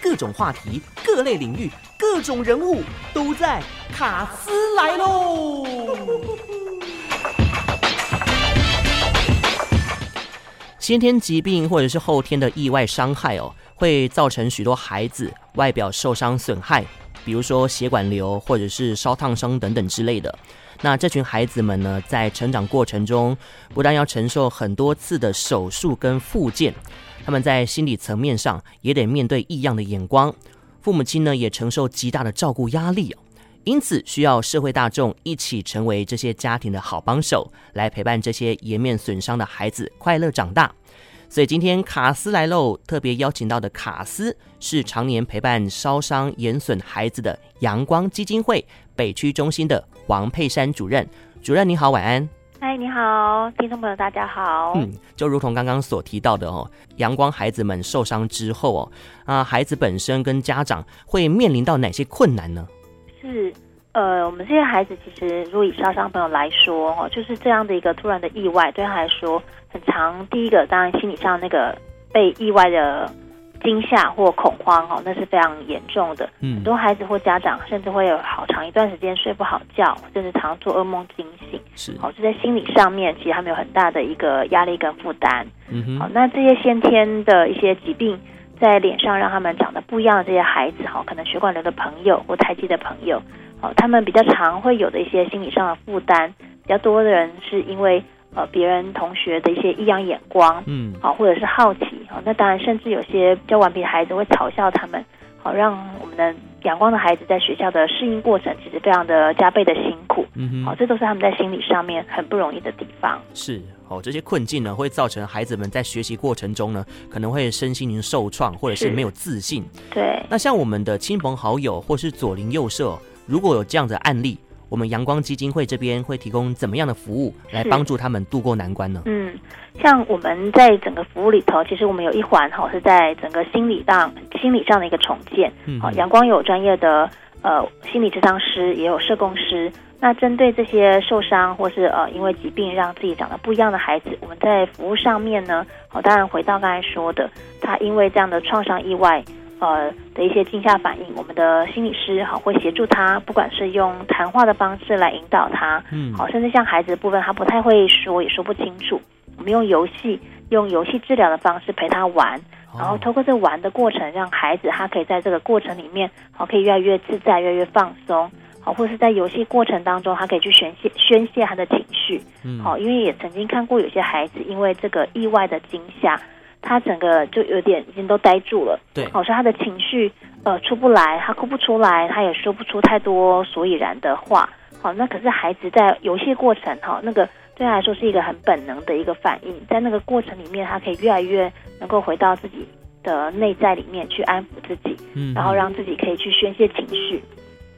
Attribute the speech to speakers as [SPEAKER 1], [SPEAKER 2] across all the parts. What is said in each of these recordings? [SPEAKER 1] 各种话题、各类领域、各种人物都在卡斯来喽。先天疾病或者是后天的意外伤害哦，会造成许多孩子外表受伤损害，比如说血管瘤或者是烧烫伤等等之类的。那这群孩子们呢，在成长过程中，不但要承受很多次的手术跟复健，他们在心理层面上也得面对异样的眼光，父母亲呢也承受极大的照顾压力哦。因此，需要社会大众一起成为这些家庭的好帮手，来陪伴这些颜面损伤的孩子快乐长大。所以今天卡斯来喽，特别邀请到的卡斯是常年陪伴烧伤、严损孩子的阳光基金会北区中心的王佩珊主任。主任你好，晚安。
[SPEAKER 2] 嗨，你好，听众朋友，大家好。
[SPEAKER 1] 嗯，就如同刚刚所提到的哦，阳光孩子们受伤之后哦，啊，孩子本身跟家长会面临到哪些困难呢？
[SPEAKER 2] 是，呃，我们这些孩子其实，如果以烧伤朋友来说，哦，就是这样的一个突然的意外，对他来说很长。第一个，当然心理上那个被意外的惊吓或恐慌，哦，那是非常严重的。
[SPEAKER 1] 嗯
[SPEAKER 2] 很多孩子或家长甚至会有好长一段时间睡不好觉，甚至常做噩梦惊醒。
[SPEAKER 1] 是，
[SPEAKER 2] 好、哦，就在心理上面，其实他们有很大的一个压力跟负担。
[SPEAKER 1] 嗯
[SPEAKER 2] 好，
[SPEAKER 1] 哼，
[SPEAKER 2] 那这些先天的一些疾病在脸上让他们长得不一样的这些孩子，哈，可能血管瘤的朋友或胎记的朋友，好，他们比较常会有的一些心理上的负担，比较多的人是因为呃别人同学的一些异样眼光，
[SPEAKER 1] 嗯，
[SPEAKER 2] 好，或者是好奇，好，那当然甚至有些比较顽皮的孩子会嘲笑他们，好，让我们的阳光的孩子在学校的适应过程其实非常的加倍的辛苦，
[SPEAKER 1] 嗯
[SPEAKER 2] 好，
[SPEAKER 1] 哼，
[SPEAKER 2] 这都是他们在心理上面很不容易的地方。
[SPEAKER 1] 是。哦，这些困境呢，会造成孩子们在学习过程中呢，可能会身心灵受创，或者是
[SPEAKER 2] 是
[SPEAKER 1] 没有自信。
[SPEAKER 2] 对，
[SPEAKER 1] 那像我们的亲朋好友或是左邻右舍，哦如果有这样的案例，我们阳光基金会这边会提供怎么样的服务来帮助他们渡过难关呢？
[SPEAKER 2] 嗯，像我们在整个服务里头，其实我们有一环哈、是在整个心理上心理上的一个重建。
[SPEAKER 1] 嗯
[SPEAKER 2] 好、阳光有专业的呃心理治疗师，也有社工师。那针对这些受伤或是呃因为疾病让自己长得不一样的孩子，我们在服务上面呢，好、当然回到刚才说的，他因为这样的创伤意外。呃的一些惊吓反应，我们的心理师好会协助他，不管是用谈话的方式来引导他，
[SPEAKER 1] 嗯
[SPEAKER 2] 好，甚至像孩子的部分，他不太会说，也说不清楚。我们用游戏，用游戏治疗的方式陪他玩，然后
[SPEAKER 1] 哦
[SPEAKER 2] 通过这玩的过程，让孩子他可以在这个过程里面，好，可以越来越自在，越来越放松。好，或是在游戏过程当中，他可以去宣泄宣泄他的情绪。
[SPEAKER 1] 嗯
[SPEAKER 2] 好，因为也曾经看过有些孩子因为这个意外的惊吓，他整个就有点已经都呆住了。
[SPEAKER 1] 对
[SPEAKER 2] 好，说他的情绪呃出不来，他哭不出来，他也说不出太多所以然的话。好，那可是孩子在游戏过程哈、那个对他来说是一个很本能的一个反应，在那个过程里面，他可以越来越能够回到自己的内在里面去安抚自己，
[SPEAKER 1] 嗯
[SPEAKER 2] 然后让自己可以去宣泄情绪。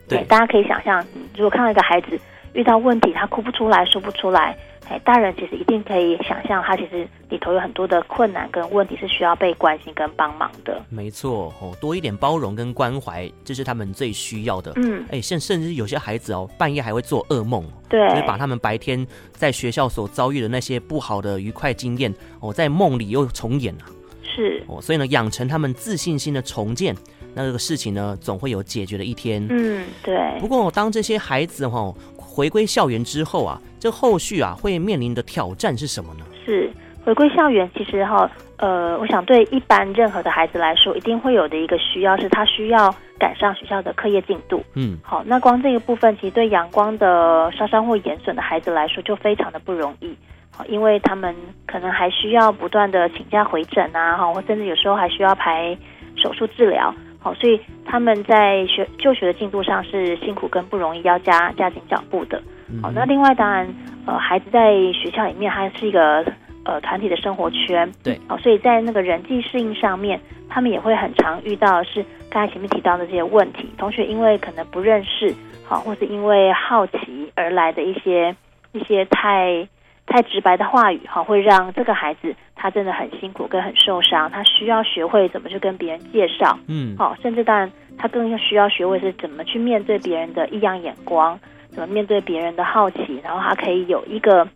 [SPEAKER 1] 对
[SPEAKER 2] 哎大家可以想象，嗯如果看到一个孩子遇到问题，他哭不出来，说不出来，哎，大人其实一定可以想象，他其实里头有很多的困难跟问题是需要被关心跟帮忙的。
[SPEAKER 1] 没错哦，多一点包容跟关怀，这是他们最需要的。
[SPEAKER 2] 嗯，
[SPEAKER 1] 哎，甚甚至有些孩子哦，半夜还会做噩梦，
[SPEAKER 2] 对
[SPEAKER 1] 所以，把他们白天在学校所遭遇的那些不好的愉快经验，哦，在梦里又重演啊。
[SPEAKER 2] 是，
[SPEAKER 1] 哦，所以呢，养成他们自信心的重建，那这个事情呢，总会有解决的一天。
[SPEAKER 2] 嗯，对
[SPEAKER 1] 不，过，当这些孩子哈、哦、回归校园之后啊，这后续啊会面临的挑战是什么呢？
[SPEAKER 2] 是。回归校园，其实哈，呃，我想对一般任何的孩子来说，一定会有的一个需要是，他需要赶上学校的课业进度。
[SPEAKER 1] 嗯，
[SPEAKER 2] 好，那光这个部分，其实对阳光的烧伤或严损的孩子来说，就非常的不容易。好，因为他们可能还需要不断的请假回诊啊，哈，或甚至有时候还需要排手术治疗。好，所以他们在学就学的进度上是辛苦跟不容易，要加加紧脚步的。
[SPEAKER 1] 嗯
[SPEAKER 2] 好，
[SPEAKER 1] 哼
[SPEAKER 2] 那另外当然，呃，孩子在学校里面还是一个呃团体的生活圈，
[SPEAKER 1] 对，
[SPEAKER 2] 好、所以在那个人际适应上面，他们也会很常遇到的是刚才前面提到的这些问题，同学因为可能不认识，好、或是因为好奇而来的一些一些太太直白的话语，哈、会让这个孩子他真的很辛苦跟很受伤，他需要学会怎么去跟别人介绍，
[SPEAKER 1] 嗯，
[SPEAKER 2] 好、哦甚至当然他更需要学会是怎么去面对别人的异样眼光，怎么面对别人的好奇，然后他可以有一个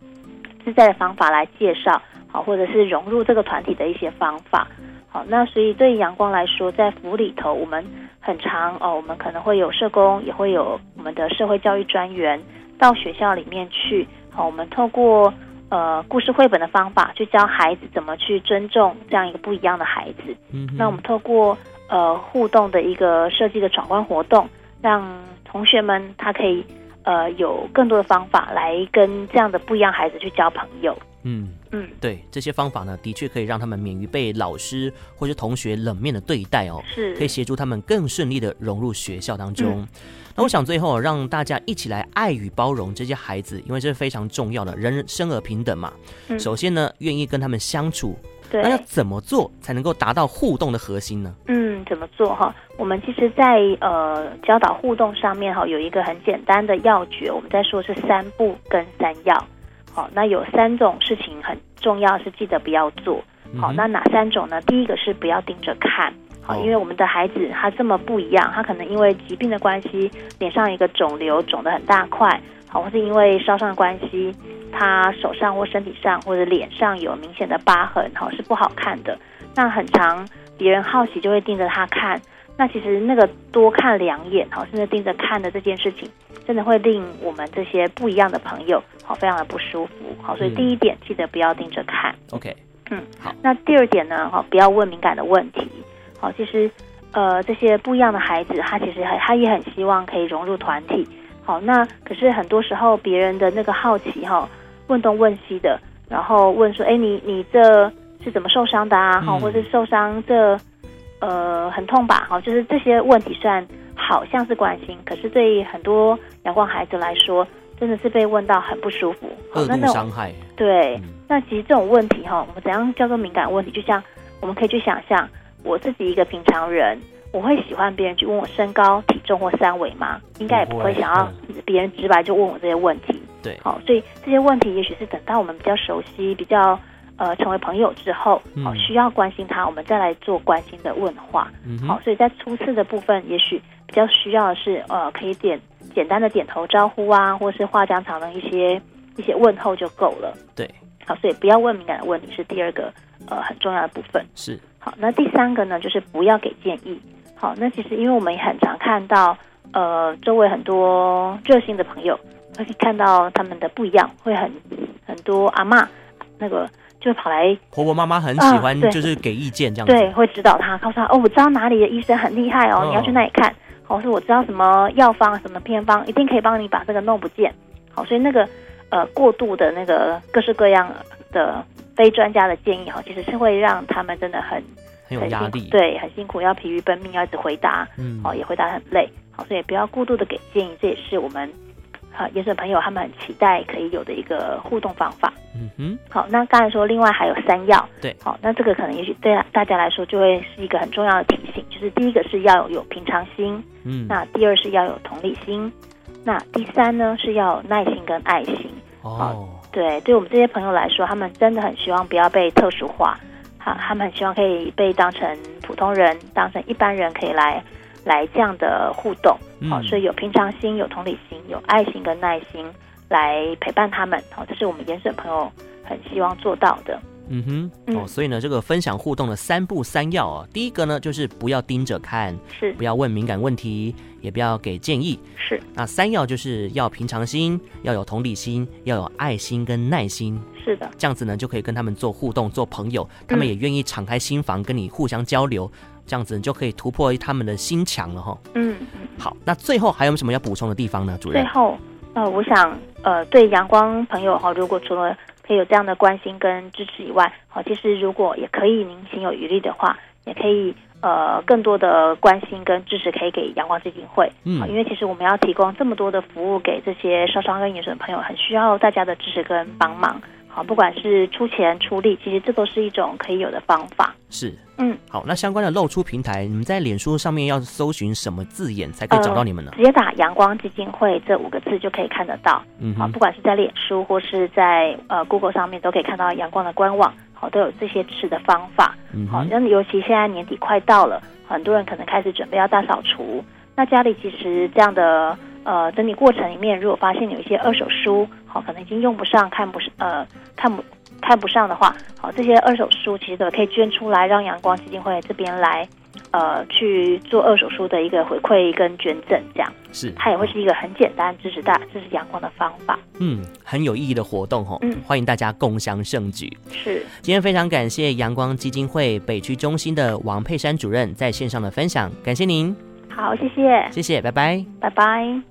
[SPEAKER 2] 自在的方法来介绍。好、或者是融入这个团体的一些方法。好，那所以对于阳光来说，在服务里头，我们很常哦，我们可能会有社工，也会有我们的社会教育专员到学校里面去。哦好，我们透过呃故事绘本的方法，去教孩子怎么去尊重这样一个不一样的孩子。
[SPEAKER 1] 嗯哼，
[SPEAKER 2] 那我们透过呃互动的一个设计的闯关活动，让同学们他可以呃有更多的方法来跟这样的不一样孩子去交朋友。
[SPEAKER 1] 嗯。
[SPEAKER 2] 嗯，
[SPEAKER 1] 对这些方法呢，的确可以让他们免于被老师或是同学冷面的对待哦。
[SPEAKER 2] 是嗯
[SPEAKER 1] 可以协助他们更顺利的融入学校当中。那我想最后让大家一起来爱与包容这些孩子，因为这是非常重要的，人人生而平等嘛。
[SPEAKER 2] 嗯
[SPEAKER 1] 首先呢，愿意跟他们相处，
[SPEAKER 2] 对
[SPEAKER 1] 那。要怎么做才能够达到互动的核心呢？
[SPEAKER 2] 嗯，怎么做哈？我们其实在，呃教导互动上面哈，有一个很简单的要诀，我们在说是三不跟三要。好，那有三种事情很重要，是记得不要做。好，
[SPEAKER 1] 嗯哼
[SPEAKER 2] 那哪三种呢？第一个是不要盯着看。好，
[SPEAKER 1] 哦
[SPEAKER 2] 因为我们的孩子他这么不一样，他可能因为疾病的关系，脸上有一个肿瘤肿得很大块，好，或是因为烧伤的关系，他手上或身体上或者脸上有明显的疤痕，好是不好看的。那很长，别人好奇就会盯着他看。那其实那个多看两眼，好，甚至盯着看的这件事情，真的会令我们这些不一样的朋友，好，非常的不舒服。好，所以
[SPEAKER 1] 嗯
[SPEAKER 2] 第一点，记得不要盯着看。
[SPEAKER 1] OK，
[SPEAKER 2] 嗯那第二点呢，哈、不要问敏感的问题。好、其实，呃，这些不一样的孩子，他其实很，他也很希望可以融入团体。好，那可是很多时候别人的那个好奇哈、问东问西的，然后问说，哎，你你这是怎么受伤的啊？哈、
[SPEAKER 1] 嗯
[SPEAKER 2] 或是受伤这，呃，很痛吧？哈、就是这些问题虽然好像是关心，可是对于很多阳光孩子来说，真的是被问到很不舒服。好
[SPEAKER 1] 恶
[SPEAKER 2] 那
[SPEAKER 1] 度
[SPEAKER 2] 那种
[SPEAKER 1] 伤害，
[SPEAKER 2] 对
[SPEAKER 1] 嗯，
[SPEAKER 2] 那其实这种问题哈、我们怎样叫做敏感问题？就像我们可以去想象，我自己一个平常人，我会喜欢别人去问我身高、体重或三围吗？应该也不会
[SPEAKER 1] 不会嗯
[SPEAKER 2] 想要别人直白就问我这些问题。
[SPEAKER 1] 对
[SPEAKER 2] 好、所以这些问题也许是等到我们比较熟悉、比较呃成为朋友之后，
[SPEAKER 1] 嗯
[SPEAKER 2] 好、需要关心他，我们再来做关心的问话。
[SPEAKER 1] 嗯哼
[SPEAKER 2] 好，所以在初次的部分，也许比较需要的是呃，可以点简单的点头招呼啊，或是话家常的一些一些问候就够了。
[SPEAKER 1] 对，
[SPEAKER 2] 好，所以不要问敏感的问题是第二个呃很重要的部分。
[SPEAKER 1] 是，
[SPEAKER 2] 好，那第三个呢，就是不要给建议。好，那其实因为我们也很常看到呃周围很多热心的朋友，会看到他们的不一样，会很很多阿嬷那个就跑来
[SPEAKER 1] 婆婆妈妈很
[SPEAKER 2] 啊
[SPEAKER 1] 喜欢
[SPEAKER 2] 对
[SPEAKER 1] 就是给意见这样子，
[SPEAKER 2] 对，会指导他，告诉他哦，我知道哪里的医生很厉害哦，
[SPEAKER 1] 哦
[SPEAKER 2] 你要去那里看。好，说我知道什么药方、什么偏方，一定可以帮你把这个弄不见。好，所以那个呃过度的那个各式各样的呃非专家的建议哈，其实是会让他们真的很
[SPEAKER 1] 很有
[SPEAKER 2] 很辛
[SPEAKER 1] 压
[SPEAKER 2] 苦，
[SPEAKER 1] 力，，
[SPEAKER 2] 对，很辛苦，要疲于奔命，要一直回答，
[SPEAKER 1] 嗯，
[SPEAKER 2] 哦，也回答得很累。好，所以不要过度的给建议，这也是我们啊研审朋友他们很期待可以有的一个互动方法。
[SPEAKER 1] 嗯哼，
[SPEAKER 2] 好，那刚才说另外还有三要，
[SPEAKER 1] 对
[SPEAKER 2] 好，那这个可能也许对大家来说就会是一个很重要的提醒，就是第一个是要有平常心，
[SPEAKER 1] 嗯，
[SPEAKER 2] 那第二是要有同理心，那第三呢是要有耐心跟爱心。
[SPEAKER 1] 哦，
[SPEAKER 2] 对，对我们这些朋友来说，他们真的很希望不要被特殊化，好，他们很希望可以被当成普通人，当成一般人可以来来这样的互动。好、
[SPEAKER 1] 嗯
[SPEAKER 2] 所以有平常心、有同理心、有爱心跟耐心来陪伴他们。好、这是我们严审朋友很希望做到的。
[SPEAKER 1] 嗯哼，
[SPEAKER 2] 嗯
[SPEAKER 1] 哦，所以呢，这个分享互动的三步三要哦，第一个呢就是不要盯着看，
[SPEAKER 2] 是
[SPEAKER 1] 不要问敏感问题，也不要给建议。
[SPEAKER 2] 是
[SPEAKER 1] 那三要就是要平常心，要有同理心，要有爱心跟耐心，
[SPEAKER 2] 是的，
[SPEAKER 1] 这样子呢就可以跟他们做互动、做朋友，
[SPEAKER 2] 嗯
[SPEAKER 1] 他们也愿意敞开心房跟你互相交流，这样子你就可以突破他们的心墙了哈。
[SPEAKER 2] 嗯嗯。
[SPEAKER 1] 好，那最后还有什么要补充的地方呢，主
[SPEAKER 2] 最
[SPEAKER 1] 任？
[SPEAKER 2] 后，呃，我想，呃，对阳光朋友哈、如果除了可以有这样的关心跟支持以外，好、其实如果也可以，您心有余力的话，也可以呃更多的关心跟支持可以给阳光基金会。好因
[SPEAKER 1] 嗯，
[SPEAKER 2] 为其实我们要提供这么多的服务给这些烧伤跟严损的朋友，很需要大家的支持跟帮忙。好，不管是出钱出力，其实这都是一种可以有的方法。
[SPEAKER 1] 是。
[SPEAKER 2] 嗯，
[SPEAKER 1] 好，那相关的露出平台，你们在脸书上面要搜寻什么字眼才可以
[SPEAKER 2] 呃
[SPEAKER 1] 找到你们呢？
[SPEAKER 2] 直接打“阳光基金会”这五个字就可以看得到。
[SPEAKER 1] 嗯
[SPEAKER 2] 好，
[SPEAKER 1] 哼，
[SPEAKER 2] 啊不管是在脸书或是在呃 Google 上面，都可以看到阳光的官网。好，都有这些吃的方法。
[SPEAKER 1] 嗯
[SPEAKER 2] 好，
[SPEAKER 1] 哼，
[SPEAKER 2] 那尤其现在年底快到了，很多人可能开始准备要大扫除。那家里其实这样的呃整理过程里面，如果发现有一些二手书，好，可能已经用不上，看不是呃看不看不上的话，好，这些二手书其实都可以捐出来，让阳光基金会这边来，呃，去做二手书的一个回馈跟捐赠，这样
[SPEAKER 1] 是，
[SPEAKER 2] 它也会是一个很简单支持大支持阳光的方法。
[SPEAKER 1] 嗯，很有意义的活动哦，
[SPEAKER 2] 嗯
[SPEAKER 1] 欢迎大家共襄盛举。
[SPEAKER 2] 是，
[SPEAKER 1] 今天非常感谢阳光基金会北区中心的王佩珊主任在线上的分享，感谢您，
[SPEAKER 2] 好，谢谢，
[SPEAKER 1] 谢谢，拜拜。
[SPEAKER 2] 拜拜。